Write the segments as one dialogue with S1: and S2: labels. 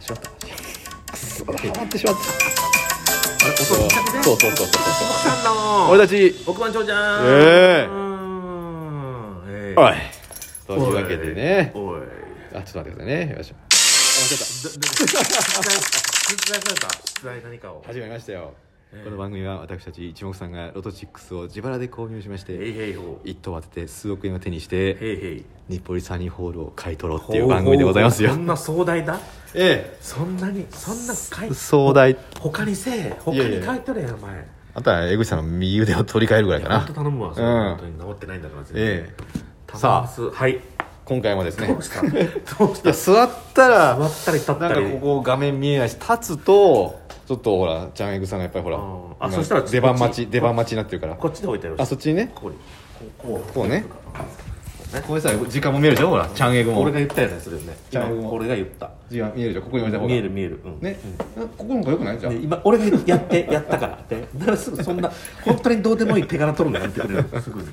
S1: しまったくそハマってしまった
S2: あれ、音聞かせて。
S1: そうそうそうそう
S2: 奥さんの。
S1: 俺たち
S2: 億万長者ー。
S1: ええ
S2: うんええ
S1: おいというわけでね
S2: おい。
S1: あちょっと待ってくださいねよいしょ
S2: どど出題出題された。出題何かを。
S1: 始まりましたよ、
S2: ええ
S1: この番組は私たち一目さんがロト6を自腹で購入しまし
S2: へ
S1: て
S2: いへいほう。
S1: 一等当てて数億円を手にして
S2: へいへい。
S1: 日暮里サニーホールを買い取ろうっていう番組でございますよ
S2: ほうほうほうそんな壮大だ。
S1: え
S2: そんなに、そんなかい。
S1: 壮大
S2: 他にせえ。他
S1: いやいや
S2: に書いとれや、お前。
S1: あとは江口さんの右腕を取り替えるぐらいか
S2: 本
S1: な
S2: 当頼むわ。それ
S1: うん
S2: 本当に治ってないんだから。
S1: ええ
S2: え
S1: さあ
S2: はい。
S1: 今回もですね
S2: ど うした。どうし
S1: いや
S2: た。
S1: 座ったら
S2: 座ったり立った
S1: なん
S2: り。
S1: かここ画面見えないし立つとちょっとほらジャンエグさんがやっぱりほら
S2: あーあ
S1: 今
S2: そしたら
S1: 出番待
S2: こっ
S1: ち
S2: ち
S1: 出番待ちになってるから
S2: こっちで置いてよろ
S1: あ
S2: しい
S1: そっちにね
S2: ここにこう
S1: こうね
S2: ね
S1: これさ時間も見えるでしょほらチャンエグも
S2: 俺が言ったよねそれをね
S1: じゃあ
S2: 今俺が言った
S1: 時間見えるでしょここに置いた方が
S2: 見える見える、うん、
S1: ねここの方がよくないじゃん
S2: で今俺がやってやったからでならすぐそんな本当にどうでもいい手柄取るのやめてくれるすぐに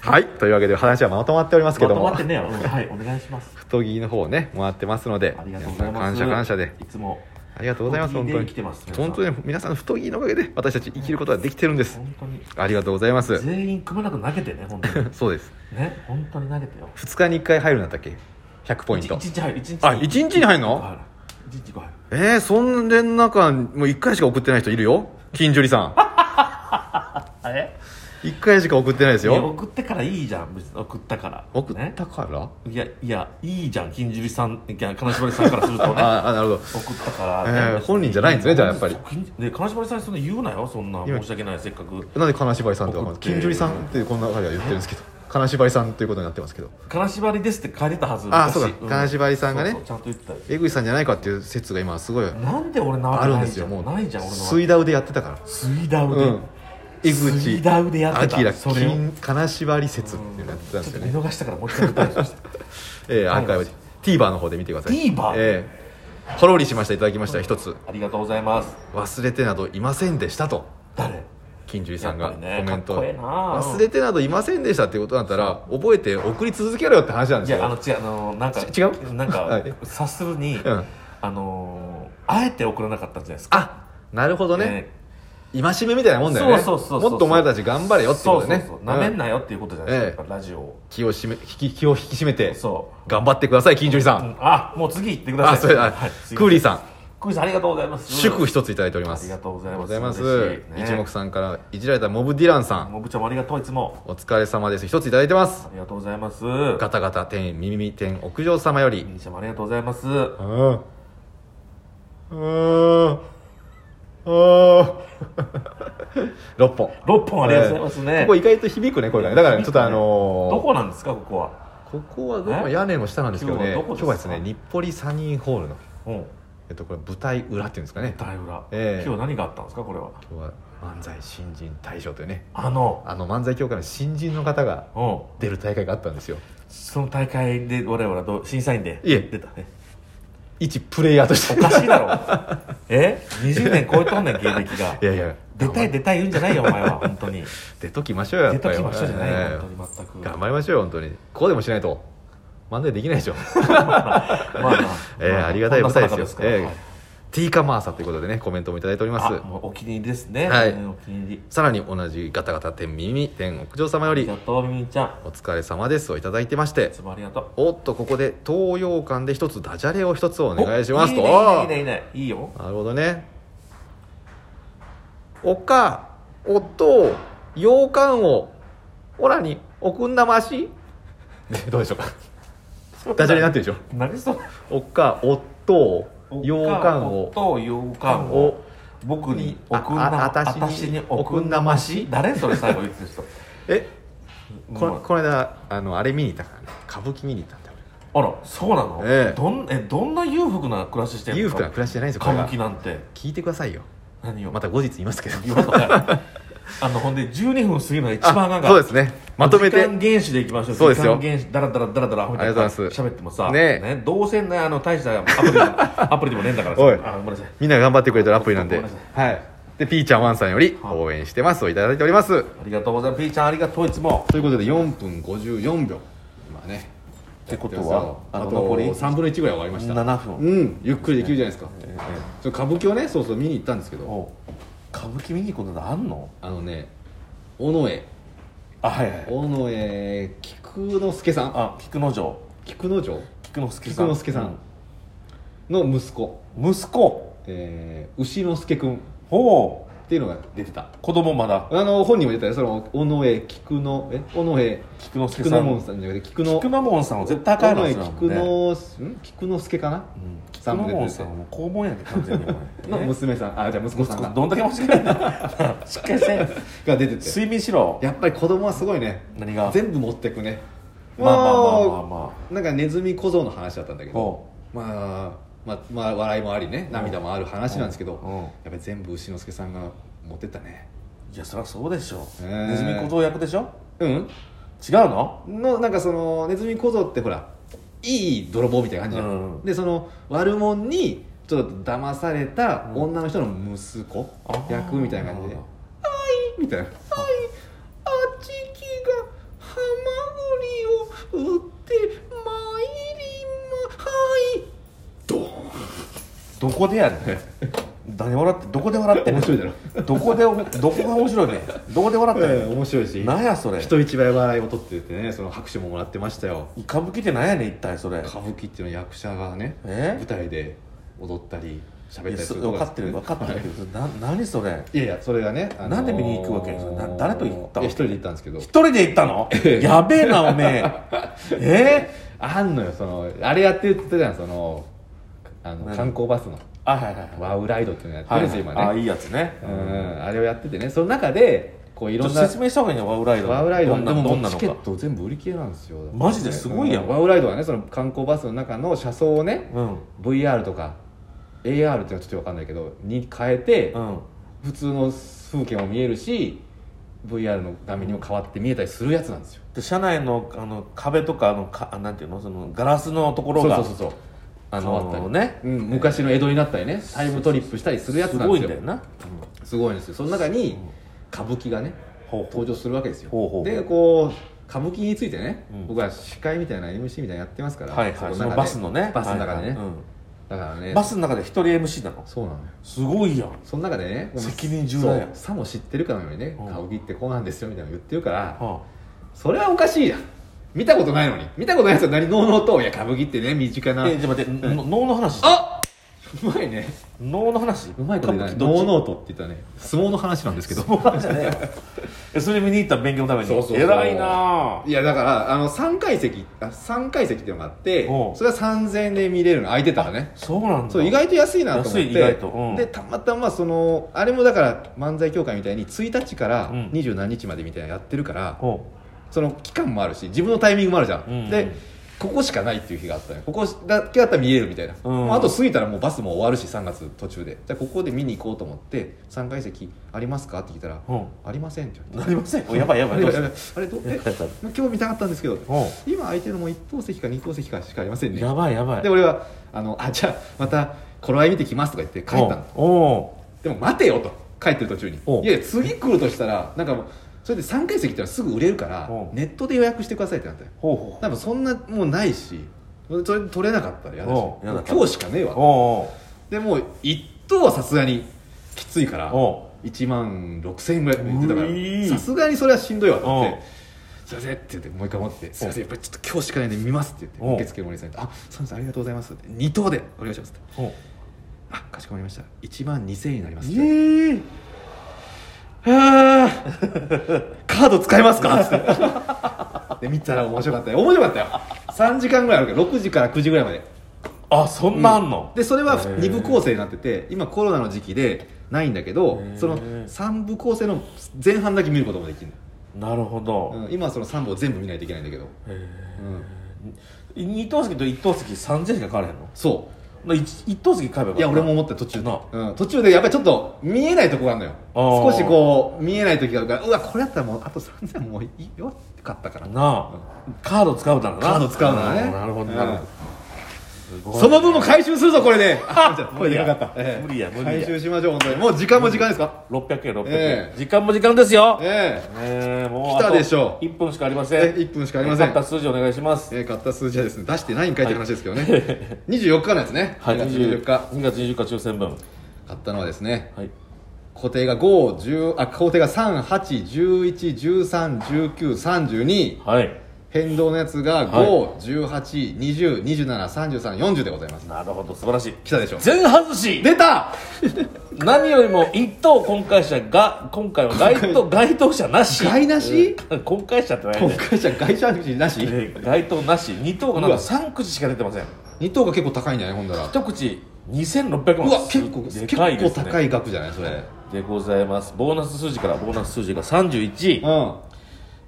S1: はいというわけで話はまとまっておりますけ
S2: ま
S1: ど
S2: と
S1: も
S2: まってねよ、うんはいお願いします
S1: 太着の方をねもらってますので
S2: ありがとうございます
S1: 感謝感謝で
S2: いつも
S1: ありがとうございます
S2: 本
S1: 本
S2: 当に
S1: 当に
S2: 生きてます皆さん
S1: 本当に皆さんの太着のおかげで私たち生きることができてるんです
S2: 本当に
S1: ありがとうございます
S2: 全員くまなく投げてね本当に
S1: そうです
S2: ね本当に投げてよ
S1: 2日に1回入るんだったっけ100ポイント
S2: 一日入る一日
S1: あ一日に入んの
S2: 一日入る
S1: えー、そんで中もう1回しか送ってない人いるよ金樹里さ
S2: あれ
S1: ん1回しか送ってないです
S2: いや
S1: よ
S2: 送ってからいいじゃん別に送ったから
S1: 送っ
S2: ね
S1: たから、
S2: いやいやいいじゃん金樹里さんいや金縛さんからするとね
S1: ああなるほど
S2: 送ったから、
S1: えー本人じゃないんですねじゃあやっぱり
S2: 金で金縛さんにそんな言うなよそんな
S1: 今
S2: 申し訳ないせっかく
S1: なんで金縛りさんってわかんな
S2: 送っ
S1: い金
S2: て
S1: 樹里さんってこの中では言ってるんですけど金縛りさんということになってますけど
S2: 金縛りですって書いてたはず
S1: あ
S2: 昔
S1: そうか金縛りさんがね
S2: そうそうちゃんと言ってたよ
S1: 江口さんじゃないかっていう説が今すごい
S2: なんで俺な
S1: あ
S2: わけ
S1: るん
S2: な
S1: で
S2: い
S1: す
S2: じゃ
S1: よ
S2: ん
S1: もう
S2: ないじゃん俺の
S1: 水ダウでやってたから
S2: スイダウで、
S1: うん江口
S2: 水ダウでやってた
S1: 明
S2: それを
S1: 金金縛り説っていうのやってたんです
S2: ちょっ
S1: よ
S2: と見
S1: ね
S2: 逃したからもう一回見たい
S1: えー、アーカイブで TVer の方で見てください
S2: TVer？
S1: えー、ほろりしましたいただきました一つ
S2: ありがとうございます
S1: 忘れてなどいませんでしたと
S2: 誰
S1: 金獣医さんが
S2: や
S1: コ
S2: っぱりね
S1: メント、
S2: かっこええな
S1: 忘れてなどいませんでしたっていうことだったら覚えて送り続けろよって話なんで
S2: い
S1: すよ
S2: やあの違うあのなんか
S1: ち違う
S2: なん
S1: は
S2: か
S1: い
S2: 察するに、
S1: うん
S2: あのーあえて送らなかったんじゃないですか
S1: あなるほどね、
S2: え
S1: 戒めみたいなもんだよね
S2: そうそうそうそう
S1: もっとお前たち頑張れよっていう
S2: そ
S1: こ
S2: う
S1: と
S2: そう
S1: ね
S2: そうなめん
S1: うん
S2: なよっていうことじゃないですか、
S1: ええ
S2: やっぱラジオを
S1: 気をしめ引き気を引き締めて
S2: そ
S1: 頑張ってください金獣医さ
S2: う、うん
S1: ん、
S2: あもう次行ってください
S1: あそれあ、
S2: はい、
S1: クーリー
S2: ん
S1: さん
S2: クーリーさんありがとうございます
S1: 祝一ついただいております
S2: ありがとうございます嬉しいね
S1: 一目さんからいじられたモブディランさん
S2: もう部長もありがとういつも
S1: お疲れ様です一ついただいてます
S2: ありがとうございます
S1: ガタガタ天ミミミ天屋上様より
S2: ミニシャもありがとうございます
S1: ああああ 六本
S2: 六本ありがとうございますね
S1: ここ意外と響くね声がねだからねちょっとあ
S2: ど
S1: の
S2: こなんですかここは
S1: ーここはまあ屋根の下なんですけどね
S2: 今日はどこ
S1: 今
S2: です
S1: 日
S2: か
S1: はですね日暮里サニーホールの
S2: うん
S1: えっとこれ舞台裏っていうんですかね
S2: 大浦、
S1: ええ
S2: 今日何があったんですかこれは
S1: 今日は漫才新人大賞というね
S2: あの
S1: あの漫才協会の新人の方が
S2: うん
S1: 出る大会があったんですよ
S2: その大会で我々はどう審査員で
S1: いえ
S2: 出たね
S1: 一プレイヤーとし
S2: お
S1: て
S2: かしいだろえ20年超えとんねん芸歴が
S1: いやいや
S2: 出たい出たい言うんじゃないよお前は本当に
S1: 出ときましょうよや
S2: 出
S1: っぱ
S2: と
S1: り
S2: きましょうじゃない
S1: ええ
S2: よ本当に全く
S1: 頑張りましょうよ本当にこうでもしないと漫才できないでしょ
S2: まあまあ
S1: ええありがたいことですよ
S2: こんなさなかから
S1: ええ
S2: はい
S1: ティーカマーサということでねコメントもいただいております
S2: あもうお気に入りですね
S1: はい
S2: うんお気に入り
S1: さらに同じガタガタ天耳天屋上様よ
S2: あり
S1: り
S2: がとうみみちゃん
S1: 「お疲れ様です」をいただいてまして
S2: いつもありがとう
S1: おっとここで東洋館で一つダジャレを一つお願いしますと
S2: おいいねいいねいいねいいねいいよ
S1: なるほどねおかおと洋館をオラにおくんなましどうでしょうかダジャレになってるでしょ
S2: 何それ
S1: おかおっと洋館を
S2: と洋館を
S1: を
S2: 僕に送んな
S1: ああたしに
S2: 私に送んなまし誰それ最後言ってる人
S1: えこ
S2: もう
S1: この間あのあれ見に行ったからね歌舞伎見に行ったんだよ
S2: あらそうなの、
S1: ええ
S2: どんえどんな裕福な暮らししてる
S1: 裕福な暮らしじゃないですよこ
S2: 歌
S1: れ
S2: 舞
S1: は
S2: 伎なんて
S1: 聞いてくださいよ
S2: 何を
S1: また後日言いますけど
S2: 言わんのかい あのほんで12分過ぎるのが一番
S1: あ
S2: 長
S1: そうですねまとめ
S2: 時
S1: て
S2: 間厳守でいきましょう
S1: そうですよ
S2: 時間厳守だらだらだらだらあ
S1: りがとうございます
S2: 喋ってもさ
S1: ねえ
S2: どうせねあの大したアプリでも アプリでもねえんだからさ
S1: おい
S2: あごめんなさい
S1: みんなが頑張ってくれてるアプリなんで
S2: ごめんな
S1: はいでピーちゃんワンさんより
S2: はい
S1: 応援してますをいただいております
S2: ありがとうございますピーちゃんありがとういつも
S1: ということで4分54秒今ね
S2: てことは
S1: あ
S2: あの
S1: と
S2: 残り
S1: 3分の1ぐらい終わりました
S2: 7分、
S1: うんゆっくりできるじゃないですか、
S2: えええ
S1: その歌舞伎をねそうそう見に行ったんですけ
S2: え
S1: ど
S2: お歌舞伎見に行くことあんの
S1: あのね尾上
S2: あはいはい
S1: 尾上菊之助さん
S2: あ菊之丞
S1: 菊之丞
S2: 菊之助
S1: 菊
S2: さん
S1: 之助さんの息子、
S2: うん息子
S1: えー、牛之助君っ
S2: ほう
S1: ていうのが出てた
S2: 子供まだ
S1: あの本人も出てたよその尾上菊のえ尾上
S2: 菊之
S1: 菊
S2: 助さ
S1: の門
S2: ん
S1: さんじゃなくて菊の
S2: 菊之門さんは絶対赤いの
S1: 尾
S2: や
S1: 上
S2: つだも
S1: 菊
S2: んね
S1: のん菊之助かな
S2: うん菊
S1: さんも出て
S2: 之
S1: て
S2: 門さんはもう肛門やね完全にお前
S1: の
S2: ね
S1: 娘さんあじゃあ息子さん
S2: 息子
S1: が
S2: どんだけ面白いんだしっかりせん
S1: が出てて
S2: 睡眠しろ
S1: やっぱり子供はすごいね
S2: 何が
S1: 全部持ってくね
S2: まあまあまあまあ
S1: も
S2: ま
S1: うなんかネズミ小僧の話だったんだけ
S2: あ
S1: ど
S2: ほ
S1: まあまあ、まあ、笑いもありね涙もある話なんですけど、
S2: うんうん
S1: やっぱり全部牛之助さんが持ってったね
S2: ういやそりゃそうでしょ
S1: へえ
S2: ネズミ小僧役でしょ
S1: うん
S2: 違うの
S1: のなんかそのネズミ小僧ってほらいい泥棒みたいな感じじゃん、
S2: うん
S1: でその悪者にちょっと騙された女の人の息子
S2: あー
S1: 役みたいな感じで「
S2: な
S1: は
S2: る
S1: い」みたいな「はいあちきがハマグリを売ってまいりまはい」ドー
S2: どこでやねん何笑ってどこで笑ってん
S1: ン面
S2: の
S1: 白いだろ、
S2: どこでおどこが面白いねんどこで笑ってん
S1: え
S2: の
S1: え面白いし
S2: なんやそれ
S1: 人一倍笑いを取っててねその拍手ももらってましたよ
S2: 歌舞伎ってなんやねん一体それ
S1: 歌舞伎っていうのは役者がね
S2: え
S1: 舞台で踊ったり喋った
S2: い
S1: り
S2: や
S1: す
S2: そ
S1: る
S2: 分かってる
S1: と
S2: 分か
S1: こ
S2: って
S1: です
S2: る
S1: ね
S2: けどな何それ
S1: いやいやそれがね、あのー
S2: なんで見に行くわけな誰と行った
S1: いや
S2: の
S1: 一人で行ったんですけど
S2: 一人で行っ たのやべえなおめええ
S1: あんのよそのあれやってるって言ってたじゃんそのあの
S2: 何
S1: 観光バスの
S2: あはいはいはい
S1: ワウライドっていうのやって
S2: は
S1: る
S2: い
S1: んですよ、
S2: あ
S1: 今ね
S2: いいやつね
S1: うんあれをやっててねその中でこうい
S2: ちょ
S1: ろ
S2: っ
S1: ん
S2: と
S1: な
S2: 説明した方がいいねワウライド
S1: ワウライド
S2: どんな
S1: でも
S2: どんな
S1: チ
S2: の
S1: ケッ
S2: か
S1: ト全部売り切れなんですよ
S2: マジですごいやん
S1: うワウライドはねその観光バスの中の車窓をね、
S2: うん
S1: VR とか AR っていうのはちょっと分かんないけどに変えて、
S2: うん
S1: 普通の風景も見えるし VR の画面にも変わって見えたりするやつなんですよ
S2: で車内のあの壁とかあのかあなんていうのそのガラスのところ
S1: そう
S2: が
S1: そうそうそうあ
S2: 変わったりね
S1: うん、昔の江戸になったりねタイムトリップしたりするやつ
S2: す
S1: なん
S2: ご
S1: で
S2: い
S1: す
S2: ん
S1: よ
S2: だよな、
S1: すごいんですよその中に歌舞伎がね
S2: ほうほう
S1: 登場するわけですよ
S2: ほうほうほう
S1: でこう歌舞伎についてね、
S2: うん
S1: 僕は司会みたいな MC みたいなのやってますから、
S2: はいはい
S1: こ
S2: その
S1: 中で
S2: バスのね
S1: バスの中でね、
S2: はいはいうん
S1: だからね
S2: バスの中で一人 MC なの
S1: そうなのよ
S2: すごいやん
S1: その中でね
S2: 責任重大や
S1: そうさも知ってるかのようにね
S2: うん
S1: 歌舞伎ってこうなんですよみたいなの言ってるから、
S2: は
S1: それはおかしいじゃん見たことないのに見たことないやつは何のうのうと「いや歌舞伎ってね身近
S2: あ
S1: な
S2: えじゃあ待っての脳の話
S1: あうまいね
S2: 脳の話
S1: うまいこと言うな
S2: 歌
S1: い
S2: 舞
S1: ノ
S2: 伎
S1: ー
S2: どっ
S1: ノートって言ったらね相撲の話なんですけ
S2: ち
S1: ど
S2: そうなんじゃねえよ えそれ見に行った勉強のために
S1: そうそうそう
S2: 偉いなあ
S1: いやだからあの3階席あ三階席っていうのがあって
S2: おう
S1: それは3000円で見れるの空いてたらね
S2: そうなんだ
S1: そう意外と安いなと思って
S2: 安い意外とうん
S1: でたまたまそのあれもだから漫才協会みたいに1日から
S2: うん
S1: 二十何日までみたいなのやってるから、
S2: ほ
S1: その期間もあるし自分のタイミングもあるじゃん、
S2: うんうん
S1: でここしかないっていう日があったのよここだけだったら見えるみたいな、
S2: うん
S1: もうあと過ぎたらもうバスも終わるし3月途中でじゃあここで見に行こうと思って「3階席ありますか?」って聞いたら「
S2: うん
S1: ありません」って
S2: う
S1: 言わ
S2: な
S1: れて
S2: りませんおやばいやばいどうした
S1: あれあれどうえ
S2: やばい
S1: 今日見たかったんですけど
S2: おう
S1: 今空いてるのも1等席か2等席かしかありませんね
S2: やばいやばい
S1: で俺はあのあ「じゃあまた頃合い見てきます」とか言って帰ったの
S2: おお
S1: でも待てよと帰ってる途中に
S2: おう
S1: いやいや次来るとしたらなんかもうそれで3階席ってのはすぐ売れるから
S2: おう
S1: ネットで予約してくださいってなったよ
S2: ほうほう
S1: 多分そんなもうないしそれ取れなかったら嫌だし
S2: おう嫌だった
S1: 今日しかねえわ
S2: おう
S1: でもう1等はさすがにきついから
S2: お
S1: 1万6000円ぐらい言ってたか
S2: うい
S1: らさすがにそれはしんどいわと思っ
S2: おう
S1: て「すいません」って言ってもう一回持って「すいませんやっぱりちょっと今日しかないんで見ます」って言
S2: お
S1: っ
S2: う
S1: て受付のお兄さんに「あそうですありがとうございます」って2等でお願いします」って
S2: おう
S1: 「あかしこまりました1万2000円になります」って
S2: ええ
S1: はあカード使えますか?」って で見たら面白かったよ面白かったよ3時間ぐらいあるから6時から9時ぐらいまで
S2: あそんなあんの
S1: でそれは
S2: へー
S1: 2部構成になってて今コロナの時期でないんだけど
S2: へー
S1: その3部構成の前半だけ見ることもできる
S2: なるほど
S1: の、うん、今はその3部を全部見ないといけないんだけど、
S2: へえ
S1: うん、
S2: 二等席と一等席3000円しか買われへんの
S1: そ
S2: な一一等席買えばよ
S1: ういや
S2: かった
S1: 俺も思った途中
S2: な
S1: うん、途中でやっぱりちょっと見えないとこがあるのよ
S2: あー
S1: 少しこう見えない時があるからうわこれだったらもうあと3000もういいよかったから
S2: なあカード使うならな
S1: カード使うならね
S2: んなるほどなるほど
S1: その分も回収するぞこれで
S2: 無理
S1: 声でか
S2: や
S1: かったええ
S2: 無理や無理や
S1: 回収しましょう本当にもう時間も時間ですか
S2: 600円600円、
S1: ええ
S2: 時間も時間ですよえ
S1: ええ
S2: えもう
S1: 来たでしょう
S2: 1分しかありません
S1: え1分しかありません
S2: よかった数字お願い します
S1: えー買った数字はですね出してないんかいって話ですけどね、24日のやつね、
S2: はい
S1: 2月24日
S2: 2月24日抽選分
S1: 買ったのはですね
S2: はい
S1: 固定が510あ固定が3811131932
S2: はい
S1: 変動のやつが
S2: はい
S1: 51820273340でございます
S2: なるほど素晴らしい
S1: 来たでしょ
S2: 全外し
S1: 出た
S2: 何よりも一等今回者が今回は該当該当者なし
S1: 外なし
S2: 今回者ってない
S1: 今
S2: ね
S1: 回じゃ外車口なし
S2: えー該当なし2等がなん
S1: うわ
S2: か3口しか出てません
S1: 2等が結構高いんじゃないほんだら
S2: 一口2600万
S1: うわ結構
S2: で
S1: 結
S2: かいで
S1: 構
S2: すね
S1: 高い額じゃないそれ
S2: でございますボーナス数字からボーナス数字が31、
S1: うん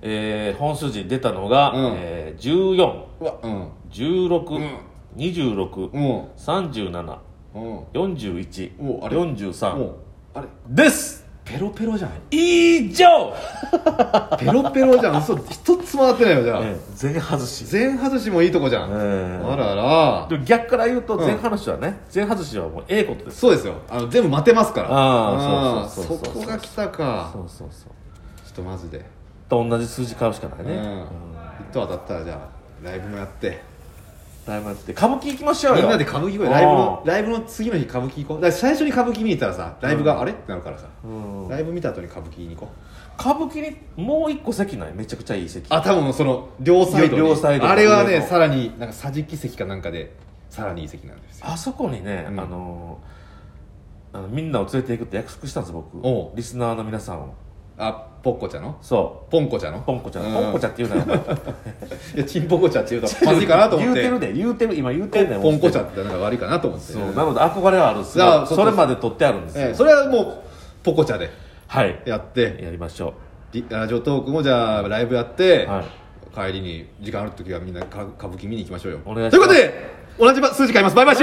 S2: えー本数字出たのが、
S1: うん
S2: えー、
S1: うわうん
S2: 1416、
S1: ん
S2: 26、
S1: うん
S2: 37、
S1: うん
S2: 41、
S1: おあれも
S2: 43
S1: うあれ
S2: です
S1: ペロペロ じゃん
S2: 以上、
S1: ペロペロじゃん嘘一つも当たってないよじゃあ
S2: えー全外し、
S1: 全外しもいいとこじゃ
S2: え
S1: ん
S2: ー
S1: あらら
S2: でも逆から言うと
S1: ん
S2: 全外しはね、全外しはもうええことです
S1: そうですよあの全部待てますから
S2: あ
S1: う
S2: ー
S1: ん
S2: そうそうそうそう
S1: こが来たか
S2: そうそうそう
S1: ちょっとマジで
S2: と同じ数字買うしかないね、
S1: う
S2: うんん、
S1: 一等当たったらじゃあライブもやって
S2: だいぶやって歌舞伎行きましょうよ
S1: みんなで歌舞伎行こうよライブの
S2: うん
S1: ライブの次の日歌舞伎行こうだから最初に歌舞伎見に行ったらさライブがあれってなるからさ
S2: うん
S1: ライブ見た後に歌舞伎に行こう
S2: 歌舞伎にもう一個席ないめちゃくちゃいい席
S1: あ多分その両サイドに
S2: 両サイド
S1: あれはね
S2: 上の
S1: さらになんか桟敷席かなんかでさらにいい席なんですよ
S2: あそこにね、
S1: うん
S2: あのーあのみんなを連れていくって約束したんです僕
S1: おう
S2: リスナーの皆さんを
S1: あポッコちゃの
S2: そ
S1: ポンコちゃの
S2: うポンコちゃん、
S1: うん
S2: ポンコちゃんって言うなよ
S1: いやチンポコちゃって言う とまずいかなと思って
S2: 言うてるで言うてる今言うてんねん
S1: ポンコちゃ
S2: ん
S1: ってなんか悪いかなと思って
S2: そうなので憧れはあるんですよ
S1: あそう
S2: それまで取ってあるんですよ、
S1: ええそれはもうポコチャで
S2: はい
S1: やって
S2: やりましょ
S1: リラジオトークもじゃあライブやって、
S2: は
S1: 帰りに時間ある時はみんなか歌舞伎見に行きましょうよ
S2: お願いします
S1: ということで同じ数字買いますバイバイ